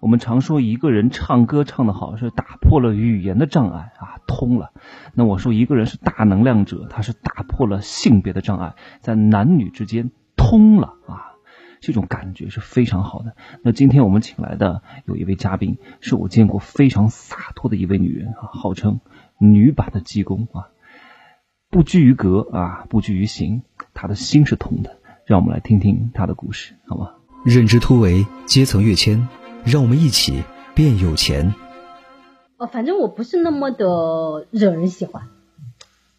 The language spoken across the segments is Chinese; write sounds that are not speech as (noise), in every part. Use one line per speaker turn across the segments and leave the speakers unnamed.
我们常说一个人唱歌唱得好是打破了语言的障碍啊，通了。那我说一个人是大能量者，他是打破了性别的障碍，在男女之间通了啊，这种感觉是非常好的。那今天我们请来的有一位嘉宾，是我见过非常洒脱的一位女人啊，号称女版的济公啊，不拘于格啊，不拘于形，她的心是通的。让我们来听听她的故事，好吗？
认知突围，阶层跃迁，让我们一起变有钱。
呃，反正我不是那么的惹人喜欢。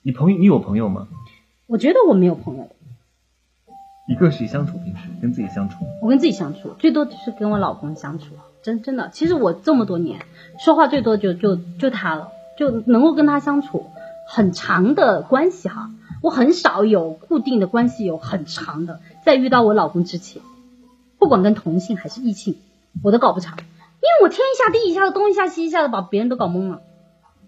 你朋友，你有朋友吗？
我觉得我没有朋友，
你跟谁相处？平时跟自己相处？
我跟自己相处，最多就是跟我老公相处。啊真真的，其实我这么多年说话最多就就就他了，就能够跟他相处很长的关系哈。我很少有固定的关系，有很长的，在遇到我老公之前。不管跟同性还是异性，我都搞不长，因为我天一下地一下的，东一下西一下的，把别人都搞懵了。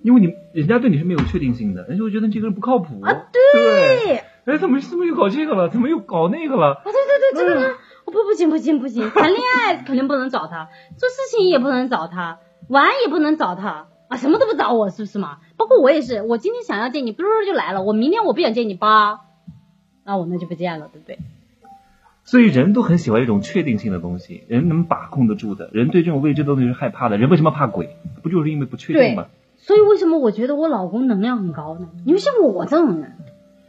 因为你人家对你是没有确定性的，人家会觉得你这个人不靠谱
啊对
哦对哎，怎么怎么又搞这个了？怎么又搞那个了？
啊，对对对，
嗯
这个人，我不不行不行不行，谈恋
(laughs)
爱肯定不能找他，做事情也不能找他，玩也不能找他啊，什么都不找我，是不是嘛？包括我也是，我今天想要见你，嘟嘟就来了，我明天我不想见你吧，那我们就不见了，对不对？
所以人都很喜欢一种确定性的东西，人能把控得住的，人对这种未知的东西是害怕的。人为什么怕鬼？不就是因为不确定吗？
所以为什么我觉得我老公能量很高呢？你们像我这种人，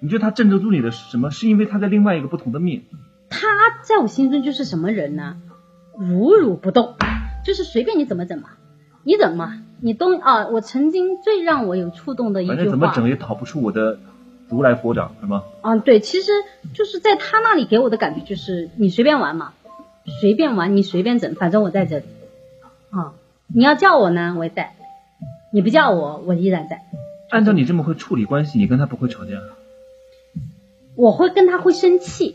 你觉得他镇得住你的是什么？是因为他在另外一个不同的面。
他在我心中就是什么人呢？如如不动，就是随便你怎么整吧，你整嘛，你都啊。我曾经最让我有触动的一
反
句
正怎么
话，
整也逃不出我的如来佛掌，是吗？
啊，对，其实就是在他那里给我的感觉就是你随便玩嘛，随便玩，你随便整，反正我在这里。啊，你要叫我呢，我也在；你不叫我，我依然在。
按照你这么会处理关系，你跟他不会吵架
我会跟他会生气，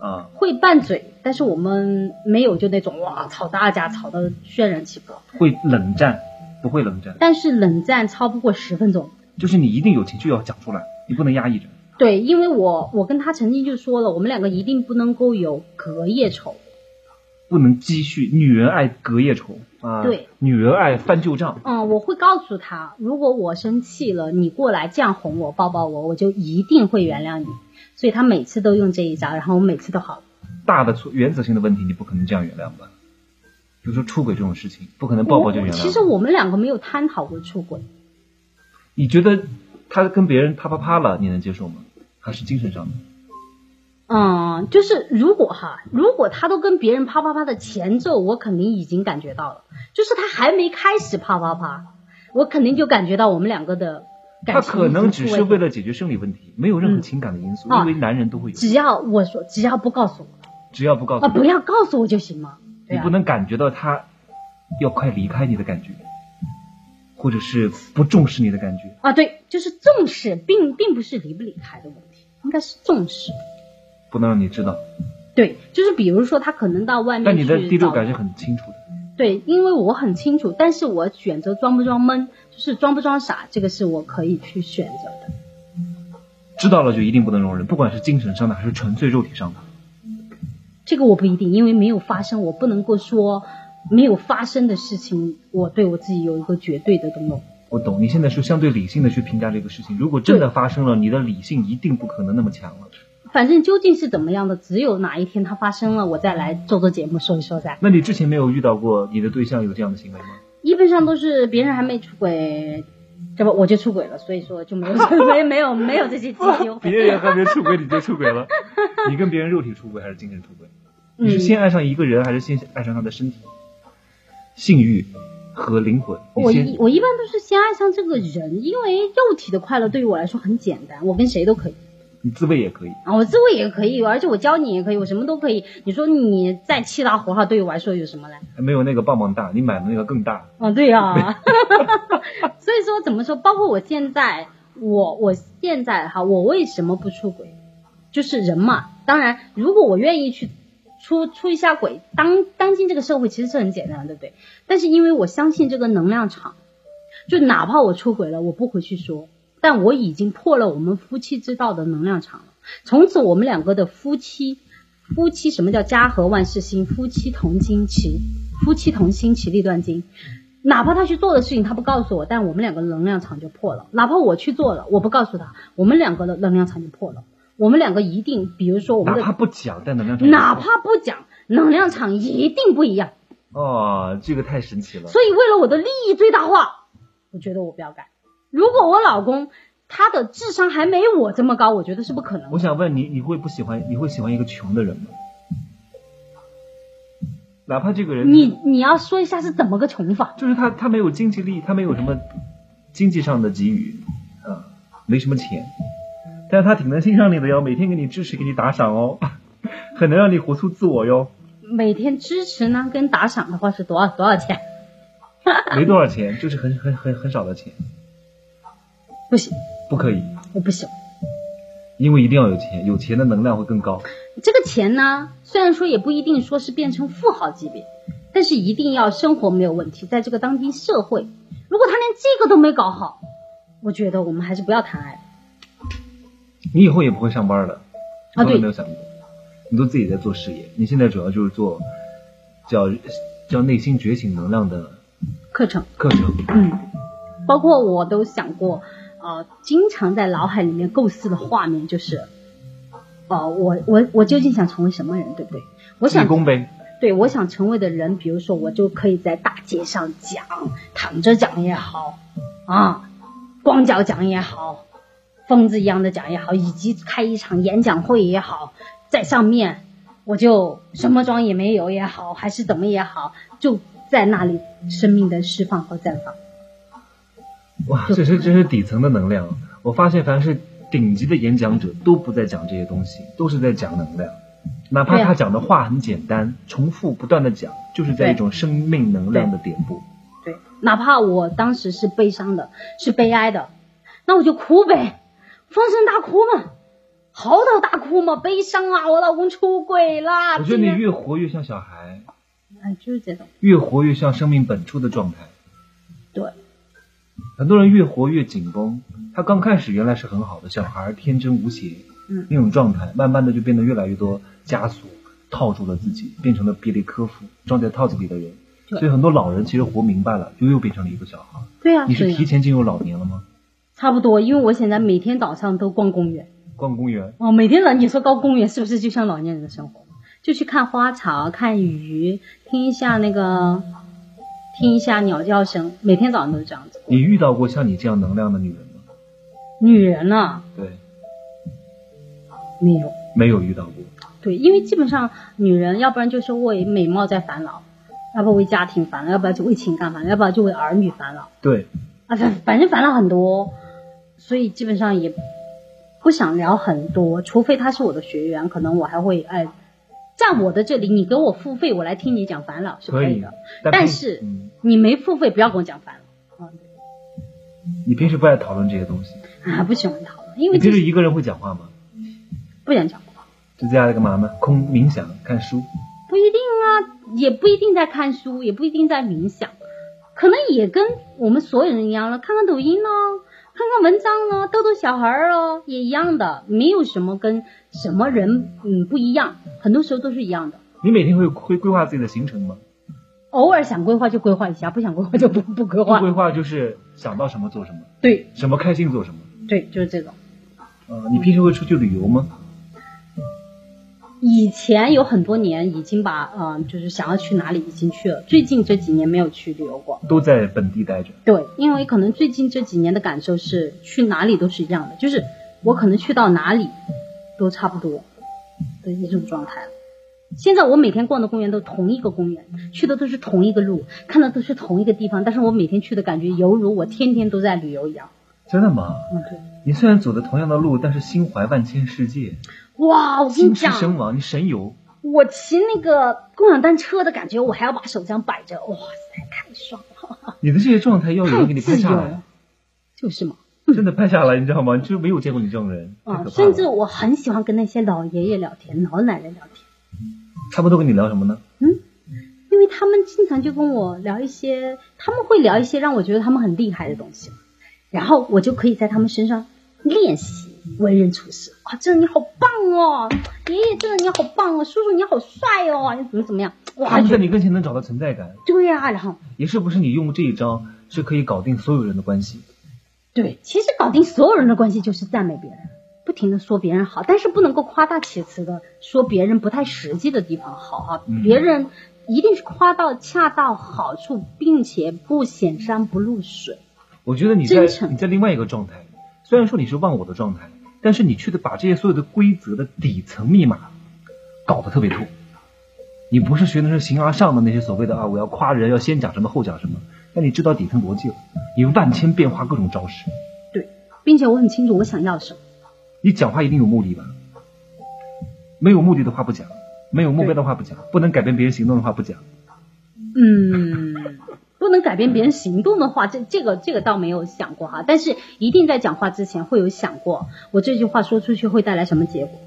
啊？
会拌嘴，但是我们没有就那种哇吵大家吵得轩然起波，
会冷战，不会冷战，
但是冷战超不过十分钟。
就是你一定有情绪要讲出来，你不能压抑着。
对，因为我我跟他曾经就说了，我们两个一定不能够有隔夜仇。
不能积蓄，女人爱隔夜仇啊，
对，
女人爱翻旧账，
嗯，我会告诉他，如果我生气了，你过来这样哄我、抱抱我，我就一定会原谅你。所以他每次都用这一招，然后我每次都好。
大的错原则性的问题，你不可能这样原谅吧？比如说出轨这种事情，不可能抱抱就
我
原谅。
其实我们两个没有探讨过出轨，
你觉得他跟别人啪啪啪了，你能接受吗？还是精神上的？
嗯，就是如果哈，如果他都跟别人啪啪啪的前奏，我肯定已经感觉到了，就是他还没开始啪啪啪，我肯定就感觉到我们两个的感
他
情
可能
已经
只
出
是
轨
为了解决生理问题，没有任何
嗯
情感的因素，
啊
因为男人都会有，
只要我说，只要不告诉我
只要不告诉
啊，不
你，
要告诉我就行吗？对
你
啊
不，能感觉到他要快离开你的感觉，或者是不重视你的感觉。
啊，对，就是重视，并并不是离不离开的问题，应该是重视。
不能让你知道，
对，就是比如说他可能到外面
但
嗯去
你的第六
找
感是很清楚的。
对，因为我很清楚，但是我选择装不装闷，就是装不装傻，这个是我可以去选择的。
知道了就一定不能容忍，不管是精神上的还是纯粹肉体上的。
这个我不一定，因为没有发生，我不能够说没有发生的事情，我对我自己有一个绝对的东东。
我懂，你现在是相对理性的去评价这个事情，如果真的发生了，你的理性一定不可能那么强了。
反正究竟是怎么样的，只有哪一天它发生了，我再来做做节目说一说噻。
那你之前没有遇到过你的对象有这样的行为吗？
基本上都是别人还没出轨，这不我就出轨了，所以说就没有没没有没有这些机会。
人还没出轨你就出轨了，你跟别人肉体出轨还是精神出轨？ (laughs) 你是
嗯
先爱上一个人还是先爱上他的身体、性欲和灵魂？你
我一
先
我一般都是先爱上这个人，因为肉体的快乐对于我来说很简单，我跟谁都可以
你自慰也可以，
啊，我自慰也可以，而且我教你也可以，我什么都可以。你说你再气大活哈，对于我来说有什么嘞？
还没有那个棒棒大，你买的那个更大。
啊，对呀、 (laughs) 所以说怎么说？包括我现在，我我现在哈，我为什么不出轨？就是人嘛。当然，如果我愿意去出出一下轨，当当今这个社会其实是很简单的，对不对？但是因为我相信这个能量场，就哪怕我出轨了，我不回去说，但我已经破了我们夫妻之道的能量场了。从此我们两个的夫妻，夫妻什么叫家和万事兴？夫妻同心齐，夫妻同心，其利断金。哪怕他去做的事情他不告诉我，但我们两个能量场就破了。哪怕我去做了，我不告诉他，我们两个的能量场就破了。我们两个一定，比如说我们
哪
的
怕不讲，但能量场
哪怕不讲，能量场一定不一样。
哦，这个太神奇了。
所以为了我的利益最大化，我觉得我不要改。如果我老公他的智商还没我这么高，我觉得是不可能
我
的。
想问你，你会不喜欢？你会喜欢一个穷的人吗？哪怕这个人
你你要说一下是怎么个穷法？
就是他他没有经济力，他没有什么经济上的给予，啊，没什么钱，但是他挺能欣赏你的哟，每天给你支持，给你打赏哦， (laughs) 很能让你活出自我哟，
每天支持呢跟打赏的话是多少多少钱？
没多少钱，就是很很很很少的钱，
不行，
不可以，
我不行。
因为一定要有钱，有钱的能量会更高。
这个钱呢，虽然说也不一定说是变成富豪级别，但是一定要生活没有问题。在这个当今社会，如果他连这个都没搞好，我觉得我们还是不要谈爱了
你以后也不会上班的，从
啊。
来
对
没有想过，你都自己在做事业，你现在主要就是做叫叫内心觉醒能量的
课程，
课程，
嗯，包括我都想过，呃，经常在脑海里面构思的画面就是，呃，我我我究竟想成为什么人，对不对？我
济
想
公呗，
对我想成为的人，比如说我就可以在大街上讲，躺着讲也好，啊，光脚讲也好，疯子一样的讲也好，以及开一场演讲会也好，在上面我就什么妆也没有也好，还是怎么也好，就在那里生命的释放和绽放。
哇，
就
这是这是底层的能量。我发现凡是顶级的演讲者都不在讲这些东西，都是在讲能量。哪怕
对啊
他讲的话很简单，重复不断的讲，就是在
对
一种生命能量的点拨。
对，哪怕我当时是悲伤的，是悲哀的，那我就哭呗，放声大哭嘛，嚎啕大哭嘛，悲伤啊，我老公出轨啦，
我觉得你
竟然
越活越像小孩，
哎，就是这种，
越活越像生命本初的状态。
对，
很多人越活越紧绷，他刚开始原来是很好的小孩，天真无邪，
嗯
那种状态，慢慢的就变得越来越多枷锁套住了自己，变成了别离科夫，装在套子里的人。
对
所以很多老人其实活明白了，就又变成了一个小孩。
对啊，
你是
对
提
啊，
前进入老年了吗？
差不多，因为我现在每天早上都逛公园，
逛公园，
哦，每天早上你说逛公园是不是就像老年人的生活？就去看花草，看鱼，听一下那个，听一下鸟叫声，每天早上都是这样子。
你遇到过像你这样能量的女人吗？
女人呢、
对，
没有，
没有遇到过。
对，因为基本上女人，要不然就是为美貌在烦恼，要不为家庭烦恼，要不然就为情感烦恼，要不然就为儿女烦恼。
对，
啊，反反正烦恼很多，所以基本上也不想聊很多，除非他是我的学员，可能我还会哎，站我的这里，你给我付费，我来听你讲烦恼是可
可以
以的。
但
但
平
是
嗯，
你没付费，不要跟我讲烦恼啊
你平时不爱讨论这些东西，
啊！不喜欢讨论，因
你
为
平
这
时
是
一个人会讲话吗？
不想讲，
就在家里干嘛呢？空冥想、看书。
不一定啊，也不一定在看书，也不一定在冥想，可能也跟我们所有人一样了，看看抖音咯，看看文章咯，逗逗小孩儿咯，也一样的，没有什么跟什么人嗯不一样，很多时候都是一样的。
你每天会会规划自己的行程吗？
偶尔想规划就规划一下，不想规划就不不规
不
划
规。划就是想到什么做什么，
对
什么开心做什么。
对，就是这种。
呃，你平时会出去旅游吗？
以前有很多年已经把嗯、呃就是想要去哪里已经去了，最近这几年没有去旅游过。
都在本地待着。
对，因为可能最近这几年的感受是去哪里都是一样的，就是我可能去到哪里都差不多的一种状态了。现在我每天逛的公园都是同一个公园，去的都是同一个路，看的都是同一个地方，但是我每天去的感觉犹如我天天都在旅游一样。
真的吗？
嗯，对。
你虽然走的同样的路，但是心怀万千世界，
哇，我跟你
心驰
讲，
神往，你神游。
我骑那个共享单车的感觉，我还要把手这样摆着，哇塞，太爽了，
你的这些状态要有人
太
给你拍啊
自由
下来
了，，就是嘛。
真的拍下来，你知道吗？就是没有见过你这种人，太
啊，
可怕
甚至
了。
我很喜欢跟那些老爷爷聊天、老奶奶聊天，
他们都跟你聊什么呢？
因为他们经常就跟我聊一些，他们会聊一些让我觉得他们很厉害的东西，然后我就可以在他们身上练习，为人处事啊，这个你好棒哦，爷爷这个你好棒哦，叔叔你好帅哦，你怎么怎么样？哇，
他们
觉
在
得
你跟前能找到存在感，
对呀、啊然后
也是不是你用这一招是可以搞定所有人的关系？
对，其实搞定所有人的关系就是赞美别人，不停的说别人好，但是不能够夸大其词的说别人不太实际的地方好啊，
嗯
别人一定是夸到恰到好处，并且不显山不露水。
我觉得你在
真诚
你在另外一个状态，虽然说你是忘我的状态，但是你去的把这些所有的规则的底层密码搞得特别透。你不是学的是形而上的那些所谓的啊，我要夸人要先讲什么后讲什么，但你知道底层逻辑了，你万千变化各种招式，
并且我很清楚我想要什么。
你讲话一定有目的吧？没有目的的话不讲，没有目标的话不讲，不能改变别人行动的话不讲。
嗯， (laughs) 不能改变别人行动的话，这这个这个倒没有想过哈，但是一定在讲话之前会有想过，我这句话说出去会带来什么结果？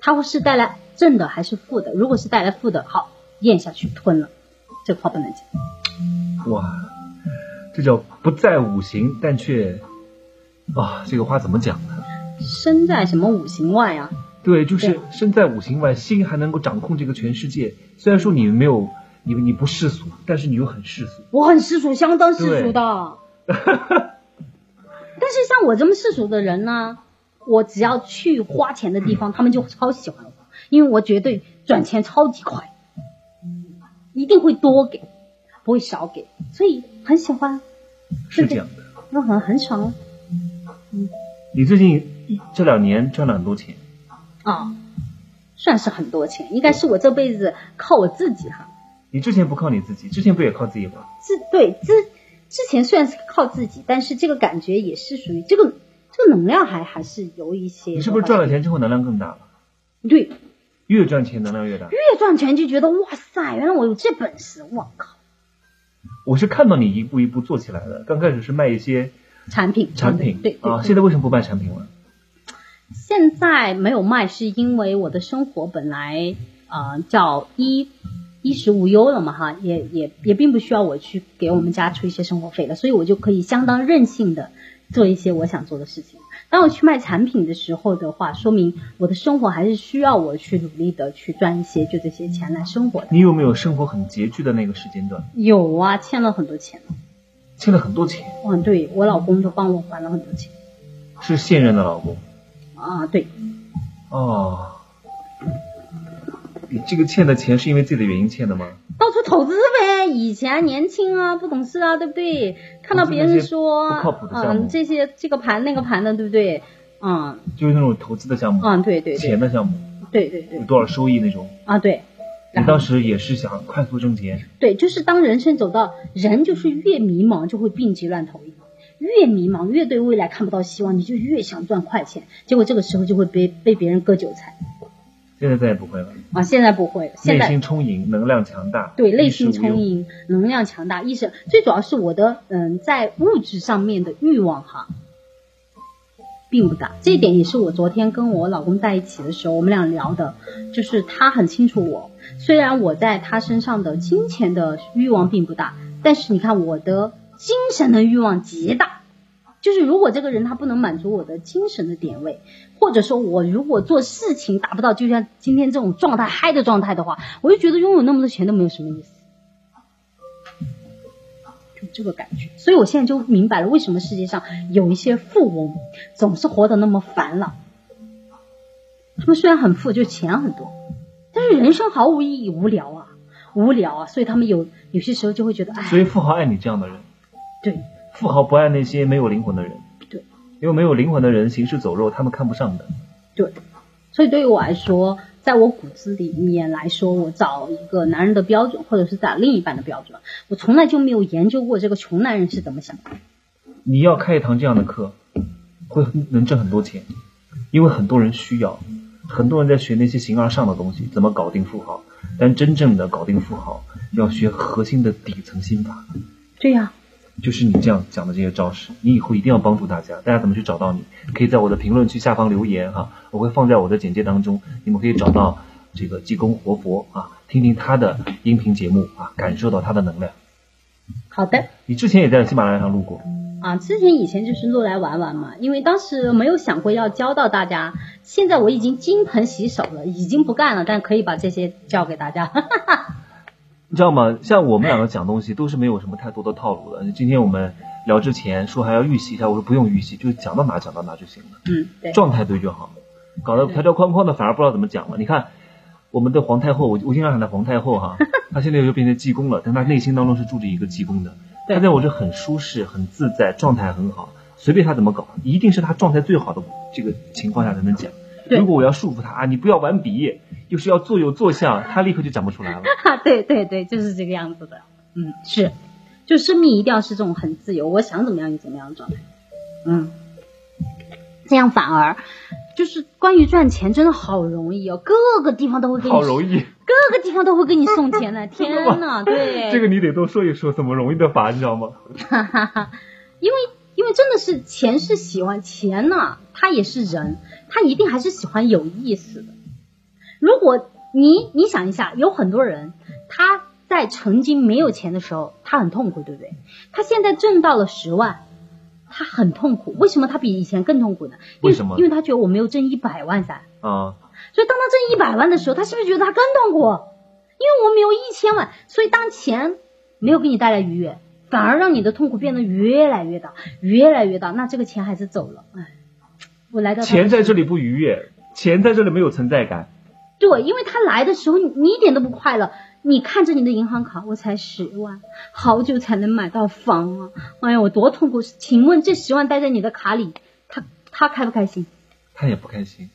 它会是带来正的还是负的？如果是带来负的，好，咽下去吞了，这话不能讲。
哇，这叫不在五行，但却啊，这个话怎么讲呢？
身在什么五行外啊？
对，就是
对
身在五行外，心还能够掌控这个全世界。虽然说你没有，你你不世俗，但是你又很世俗。
我很世俗，相当世俗
对
的。 (laughs) 但是像我这么世俗的人呢，我只要去花钱的地
(laughs)
方，他们就超喜欢我，因为我绝对赚钱超级快，一定会多给，不会少给，所以很喜欢，
是
对
这样的。
那很很爽啊
你最近一这两年赚了很多钱，
啊，算是很多钱，应该是我这辈子靠我自己哈，
你之前不靠你自己，之前不也靠自己吗？
自对之之前虽然是靠自己，但是这个感觉也是属于这个这个能量还还是有一些。
你是不是赚了？钱之后能量更大了？
对，
越赚钱能量越大。
越赚钱就觉得哇塞，原来我有这本事，我靠！
我是看到你一步一步做起来的。刚开始是卖一些
产品
产品，
对对对
啊，现在为什么不卖产品了？
现在没有卖，是因为我的生活本来呃叫衣衣食无忧了嘛哈，也也也并不需要我去给我们家出一些生活费了，所以我就可以相当任性的做一些我想做的事情。当我去卖产品的时候的话，说明我的生活还是需要我去努力的去赚一些就这些钱来生活的。
你有没有生活很拮据的那个时间段？
有啊，欠了很多钱。
欠了很多钱，
嗯，对我老公就帮我还了很多钱
是现任的老公
啊，对。
哦。你这个欠的钱是因为自己的原因欠的吗？
到处投资呗，以前年轻啊，不懂事啊，对不对？看到别人说
投资那些不靠谱，的项目
嗯，这些这个盘那个盘的，对不对？嗯
就是那种投资的项目，
嗯，对对对
钱的项目，
对对
有
对
多少收益那种。
啊，对
你当时也是想快速挣钱，
对，就是当人生走到人就是越迷茫就会病急乱投医，越迷茫越对未来看不到希望，你就越想赚快钱，结果这个时候就会被被别人割韭菜
现在再也不会了。
啊！现在不会了，现
内
在
心充盈，能量强大，
对，内
衣食
心
无忧
充。盈，能量强大，意识最主要是我的嗯，在物质上面的欲望哈，并不大。这一点也是我昨天跟我老公在一起的时候，我们俩聊的，就是他很清楚我，虽然我在他身上的金钱的欲望并不大，但是你看我的精神的欲望极大。就是如果这个人他不能满足我的精神的点位，或者说我如果做事情达不到，就像今天这种状态嗨的状态的话，我就觉得拥有那么多钱都没有什么意思，就这个感觉。所以我现在就明白了，为什么世界上有一些富翁总是活得那么烦了。他们虽然很富，就钱很多，但是人生毫无意义，无聊啊，无聊啊。所以他们有有些时候就会觉得，
所
哎，
以富豪爱你这样的人，
对
富豪不爱那些没有灵魂的人。
对，
因为没有灵魂的人行尸走肉，他们看不上的。
对。所以对于我来说，在我骨子里面来说，我找一个男人的标准，或者是找另一半的标准，我从来就没有研究过这个穷男人是怎么想的。
你要开一堂这样的课，会能挣很多钱，因为很多人需要，很多人在学那些形而上的东西，怎么搞定富豪。但真正的搞定富豪，要学核心的底层心法，
对呀、
就是你这样讲的这些招式。你以后一定要帮助大家，大家怎么去找到你？可以在我的评论区下方留言啊，我会放在我的简介当中，你们可以找到这个济公活佛啊，听听他的音频节目啊，感受到他的能量。
好的。
你之前也在喜马拉雅上录过，
啊，之前以前就是录来玩玩嘛，因为当时没有想过要教到大家。现在我已经金盆洗手了，已经不干了，但可以把这些教给大家。 (laughs)
你知道吗？像我们
嗯
两个讲东西都是没有什么太多的套路的。今天我们聊之前说还要预习一下，我说不用预习，就是讲到哪讲到哪就行了，
嗯，对，
状态对就好。搞得条条框框的，反而不知道怎么讲了。你看我们的皇太后，我我经常喊她皇太后
(laughs)
哈，她现在又变成济公了，但她内心当中是住着一个济公的。
对
她在我这很舒适、很自在，状态很好，随便她怎么搞，一定是她状态最好的这个情况下才能讲。
对
如果我要束缚她啊，你不要玩笔，又是要坐有坐相，她立刻就讲不出
(laughs)
来了。
哈，对对对，就是这个样子的。嗯，是，就生命一定要是这种很自由，我想怎么样就怎么样的状态。嗯，这样反而就是关于赚钱真的好容易哦，各个地方都会给你，
好容易，
各个地方都会给你送
(laughs)
钱的。天呐，对，
这个你得多说一说，怎么容易的法，你知道吗？
哈哈哈，因为 (laughs) 因为真的是钱是喜欢钱呐、他也是人，他一定还是喜欢有意思的。如果你你想一下，有很多人他在曾经没有钱的时候，他很痛苦，对不对？他现在挣到了十万。他很痛苦，为什么他比以前更痛苦呢？因
为什么
因为他觉得我没有挣一百万噻。
啊、
所以当他挣一百万的时候，他是不是觉得他更痛苦？因为我们有一千万，所以当钱没有给你带来愉悦，反而让你的痛苦变得越来越大，越来越大，那这个钱还是走了。唉，我来到他
钱在这里不愉悦，钱在这里没有存在感。
对，因为他来的时候你你一点都不快乐。你看着你的银行卡，我才十万，好久才能买到房啊！哎呀，我多痛苦！请问这十万待在你的卡里，他他开不开心？
他也不开心。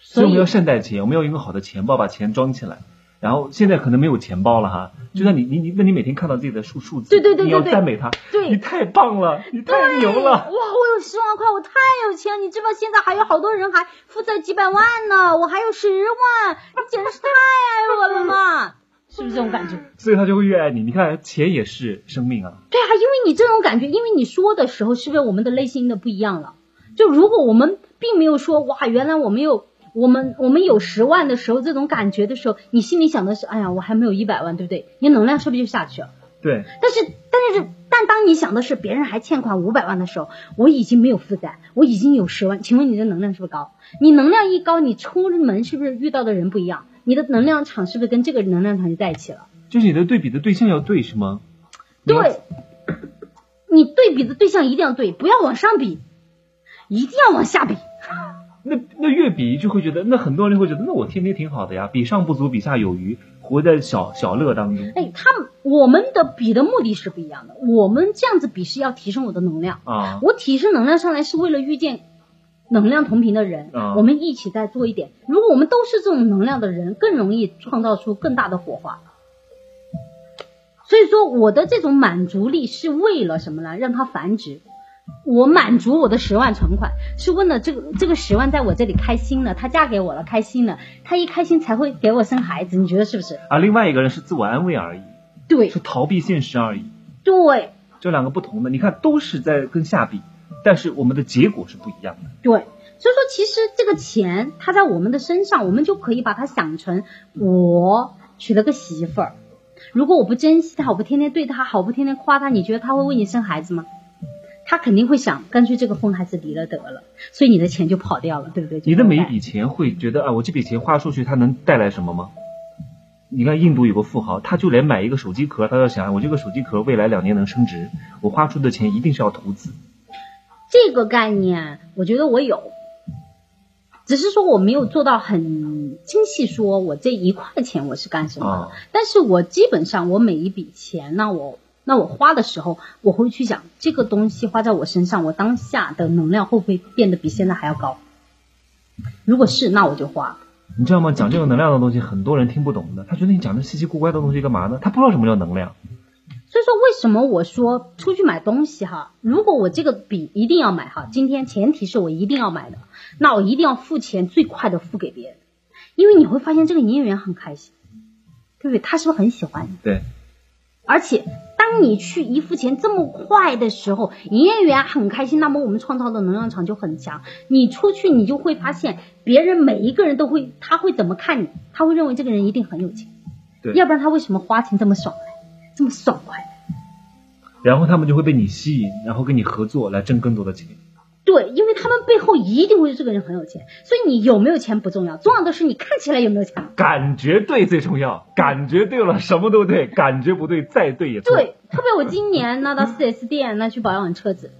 所
所
以我们要
以
善待钱，我们要有一个好的钱包，把钱装起来。然后现在可能没有钱包了哈，就像你你你，那你每天看到自己的数数字，
对对对对
你要
对
赞美他，
对
你太棒了，你太牛
哇，
了，
我有十万块，我太有钱！你知不知道现在还有好多人还负债几百万 (laughs) 呢？我还有十万，你简直是太爱我了嘛！是不是这种感觉？
所以他就会越爱你。你看，钱也是生命啊，
对啊，因为你这种感觉，因为你说的时候，是不是我们的内心的不一样了？就如果我们并没有说哇，原来我们有我们我们有十万的时候，这种感觉的时候，你心里想的是，哎呀，我还没有一百万，对不对？你能量是不是就下去了？
对，
但是，但是，但当你想的是别人还欠款五百万的时候，我已经没有负债，我已经有十万。请问你的能量是不是高？你能量一高，你出门是不是遇到的人不一样？你的能量场是不是跟这个能量场就在一起了？
就是你的对比的对象要对是吗？你要
对，你对比的对象一定要对，不要往上比，一定要往下比。
那那越比就会觉得，那很多人会觉得，那我天天挺好的呀，比上不足，比下有余，活在小小乐当中
哎，他们我们的比的目的是不一样的，我们这样子比是要提升我的能量。
啊。
我提升能量上来是为了遇见能量同频的人，
啊
我们一起再做一点。如果我们都是这种能量的人，更容易创造出更大的火花。所以说，我的这种满足力是为了什么呢？让它繁殖。我满足我的十万存款，是为了这个这个十万在我这里开心了，她嫁给我了，开心了，她一开心才会给我生孩子，你觉得是不是？
而另外一个人是自我安慰而已，
对
是逃避现实而已。
对
这两个不同的，你看都是在跟下比，但是我们的结果是不一样的。
对，所以说其实这个钱它在我们的身上，我们就可以把它想成我娶了个媳妇儿。如果我不珍惜他，我不天天对他好，我不天天夸他，你觉得他会为你生孩子吗？他肯定会想，干脆这个婚还是离了得了，所以你的钱就跑掉了，对不对？
你的每一
就
笔钱会觉得啊，我这笔钱花出去，它能带来什么吗？你看印度有个富豪，他就连买一个手机壳，他要想我这个手机壳未来两年能升值，我花出的钱一定是要投资。
这个概念，我觉得我有，只是说我没有做到很精细，说我这一块钱我是干什么的。
啊
但是我基本上我每一笔钱，那我那我花的时候，我会去想这个东西花在我身上，我当下的能量会不会变得比现在还要高？如果是，那我就花。
你知道吗？讲这个能量的东西，很多人听不懂的，他觉得你讲这稀奇古怪的东西干嘛呢？他不知道什么叫能量。
所以说，为什么我说出去买东西哈？如果我这个笔一定要买哈，今天前提是我一定要买的，那我一定要付钱，最快的付给别人，因为你会发现这个营业员很开心，对不对？他是不是很喜欢你？
对，
而且，当你去一付钱这么快的时候，营业员很开心，那么我们创造的能量场就很强。你出去，你就会发现，别人每一个人都会，他会怎么看你？他会认为这个人一定很有钱，
对
要不然他为什么花钱这么爽快，这么爽快？
然后他们就会被你吸引，然后跟你合作来挣更多的钱。
对，因为他们背后一定会是这个人很有钱，所以你有没有钱不重要，重要的是你看起来有没有钱。
感觉对最重要，感觉对了什么都对，感觉不对再对也错。
对，特别我今年呢到 4S 店那去保养车子，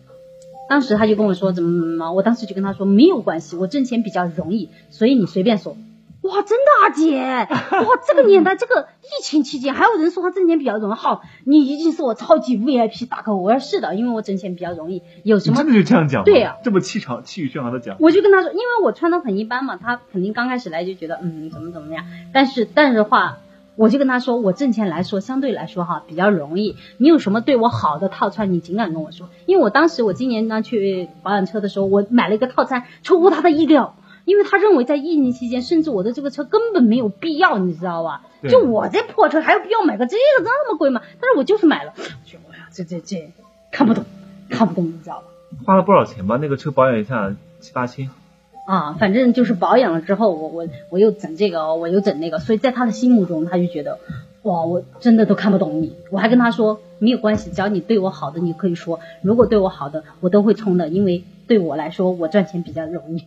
当时他就跟我说怎么怎么怎么，我当时就跟他说没有关系，我挣钱比较容易，所以你随便说。哇，真的啊，
(laughs)
姐！哇，这个年代，这个疫情期间，还有人说他挣钱比较容易。好，你一定是我超级 VIP 大客户。我说是的，因为我挣钱比较容易。有
你
什么
真的就这样讲吗？
对呀
这么气场气宇轩昂的讲，
我就跟他说，因为我穿的很一般嘛，他肯定刚开始来就觉得嗯怎么怎么样，但是但是的话，我就跟他说，我挣钱来说相对来说哈比较容易，你有什么对我好的套餐，你尽管跟我说，因为我当时我今年呢去保养车的时候，我买了一个套餐，出乎他的意料。因为他认为在疫情期间，甚至我的这个车根本没有必要，你知道吧？
对
就我这破车还有必要买个这个那么贵吗？但是我就是买了，我觉得哎呀这这这看不懂，看不懂，你知道吧？
花了不少钱吧？那个车保养一下七八千， (laughs)
啊，反正就是保养了之后，我我我又整这个，我又整那个，所以在他的心目中，他就觉得，哇，我真的都看不懂你。我还跟他说，没有关系，只要你对我好的，你可以说；如果对我好的，我都会冲的，因为对我来说，我赚钱比较容易。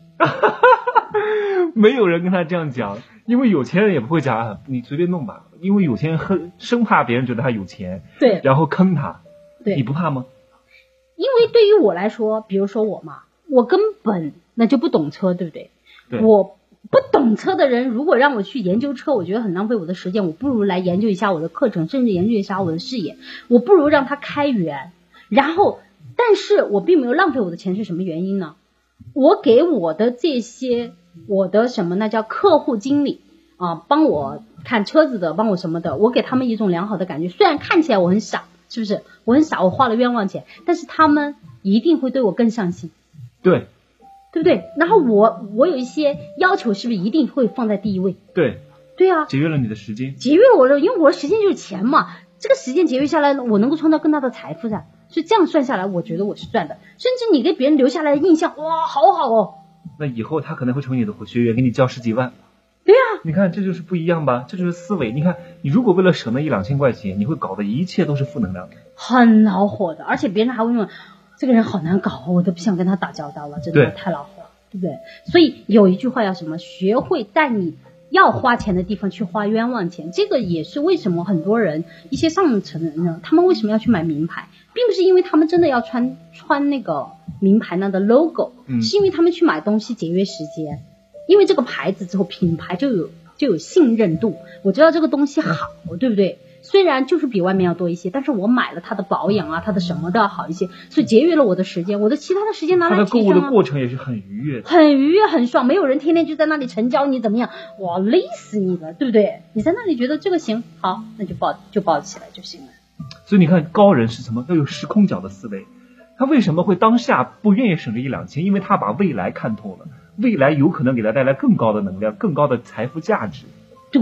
没有人跟他这样讲，因为有钱人也不会讲，啊你随便弄吧，因为有钱人很生怕别人觉得他有钱，
对
然后坑他，
对，
你不怕吗？
因为对于我来说，比如说我嘛，我根本那就不懂车，对不对？
对
我不懂车的人，如果让我去研究车，我觉得很浪费我的时间，我不如来研究一下我的课程，甚至研究一下我的视野，我不如让它开源。然后，但是我并没有浪费我的钱，是什么原因呢？我给我的这些我的什么那叫客户经理啊，帮我看车子的，帮我什么的，我给他们一种良好的感觉。虽然看起来我很傻，是不是？我很傻，我花了冤枉钱，但是他们一定会对我更上心，
对
对不对？然后我我有一些要求，是不是一定会放在第一位？
对，
对啊，
节约了你的时间，
节约我的，因为我的时间就是钱嘛。这个时间节约下来，我能够创造更大的财富噻。所以这样算下来，我觉得我是赚的。甚至你给别人留下来的印象，哇，好好哦，
那以后他可能会成为你的学员，给你交十几万。
对啊，
你看，这就是不一样吧？这就是思维。你看，你如果为了省那一两千块钱，你会搞得一切都是负能量的。
很恼火的。而且别人还会问，这个人好难搞哦，我都不想跟他打交道了，真的
对
太恼火了，对不对？所以有一句话叫什么？学会在你要花钱的地方去花冤枉钱。这个也是为什么很多人，一些上层人呢，他们为什么要去买名牌，并不是因为他们真的要穿穿那个名牌那的 logo，、
嗯
是因为他们去买东西节约时间，因为这个牌子之后品牌就有就有信任度，我知道这个东西好，对不对？虽然就是比外面要多一些，但是我买了它的保养啊，它的什么都要好一些，所以节约了我的时间，我的其他的时间拿
他
来
的
提
购
升、啊。
物的过程也是很愉悦的。
很愉悦、很爽，没有人天天就在那里成交你怎么样，哇，累死你了，对不对？你在那里觉得这个行，好，那就抱就抱起来就行了。
所以你看，高人是什么？要有时空角的思维。他为什么会当下不愿意省这一两千？因为他把未来看透了，未来有可能给他带来更高的能量、更高的财富价值。
对，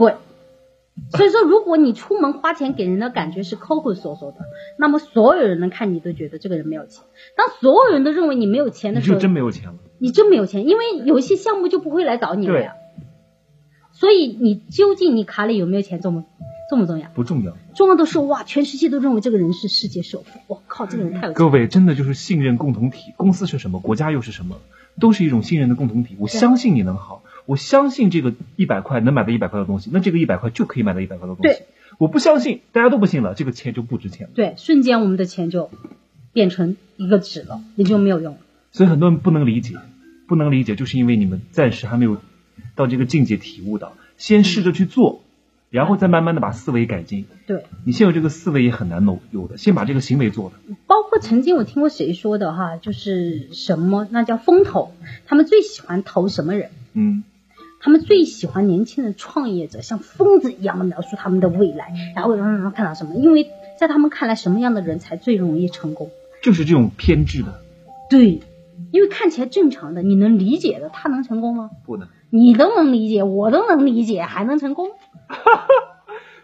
所以说，如果你出门花钱给人的感觉是抠抠搜搜的，那么所有人能看你都觉得这个人没有钱。当所有人都认为你没有钱
你
的时
就
候，
真没有钱了。
你真没有钱，因为有一些项目就不会来找你了呀。所以你究竟你卡里有没有钱重不重不重要？
不重要，
重要的是哇，全世界都认为这个人是世界首富，我靠，这个人太有钱了。
各位真的就是信任共同体，公司是什么，国家又是什么，都是一种信任的共同体。我
对
相信你能好，我相信这个一百块能买到一百块的东西，那这个一百块就可以买到一百块的东西
对。
我不相信，大家都不信了，这个钱就不值钱了。
对，瞬间我们的钱就变成一个纸了，也就没有用了。
所以很多人不能理解，不能理解，就是因为你们暂时还没有到这个境界体悟到，先试着去做，然后再慢慢的把思维改进。
对，
你先有这个思维也很难有有的，先把这个行为做了。
包括曾经我听过谁说的哈，就是什么那叫风投，他们最喜欢投什么人？
嗯，
他们最喜欢年轻人创业者，像疯子一样的描述他们的未来，然后让他看到什么？因为在他们看来，什么样的人才最容易成功？
就是这种偏执的，
对，因为看起来正常的，你能理解的，他能成功吗？
不能。
你都能理解，我都能理解，还能成功？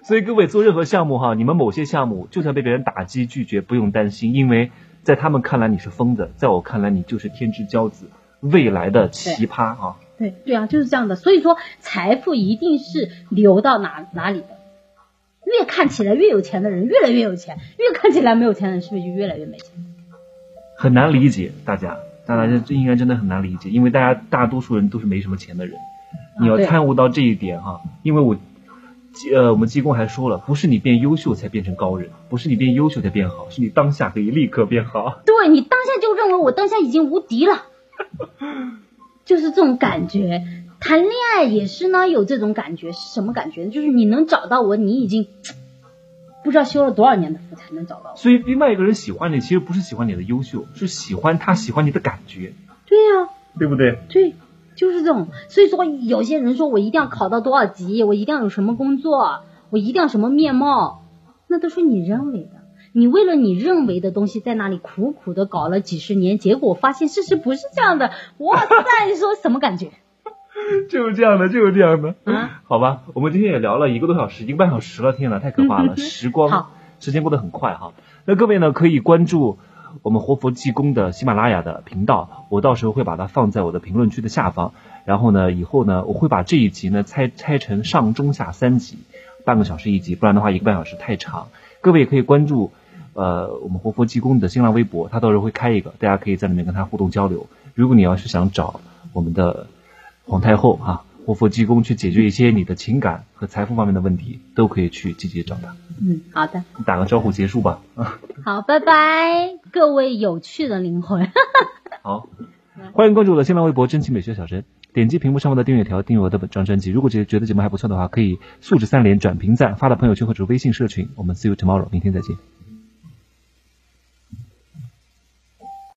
所以各位做任何项目哈，你们某些项目就算被别人打击拒绝，不用担心，因为在他们看来你是疯子，在我看来你就是天之骄子，未来的奇葩啊！
对对啊，就是这样的。所以说，财富一定是流到哪哪里的。越看起来越有钱的人越来越有钱，越看起来没有钱的人是不是就越来越没钱？
很难理解大家，大家这应该真的很难理解，因为大家大多数人都是没什么钱的人，你要
对
参悟到这一点哈、因为我。呃，我们济公还说了，不是你变优秀才变成高人，不是你变优秀才变好，是你当下可以立刻变好。
对你当下就认为我当下已经无敌 (laughs) 了，就是这种感觉。谈恋爱也是呢，有这种感觉是什么感觉呢？就是你能找到我，你已经不知道修了多少年的福才能找到我。
所以另外一个人喜欢你，其实不是喜欢你的优秀，是喜欢他喜欢你的感觉，
对呀、
对不对？
对，就是这种。所以说，有些人说我一定要考到多少级，我一定要有什么工作，我一定要什么面貌，那都是你认为的。你为了你认为的东西在那里苦苦的搞了几十年，结果发现事实不是这样的。哇塞，你说什么感觉？
就是这样的，就是这样的。
啊，
好吧，我们今天也聊了一个多小时，一个半小时了，天呐，太可怕了，时光
好，
时间过得很快哈。那各位呢，可以关注我们活佛济公的喜马拉雅的频道，我到时候会把它放在我的评论区的下方。然后呢，以后呢，我会把这一集呢拆拆成上中下三集，半个小时一集，不然的话一个半小时太长。各位也可以关注。呃，我们活佛济公的新浪微博，他到时候会开一个，大家可以在里面跟他互动交流。如果你要是想找我们的皇太后啊，活佛济公去解决一些你的情感和财富方面的问题，都可以去积极找他。
嗯，好的，
打个招呼结束吧。
好，拜拜，各位有趣的灵魂。
好，欢迎关注我的新浪微博“真情美学小陈”，点击屏幕上方的订阅条订阅我的本张专辑。如果觉得觉得节目还不错的话，可以素质三连、转评赞、发到朋友圈或者微信社群。我们 see you tomorrow，明天再见。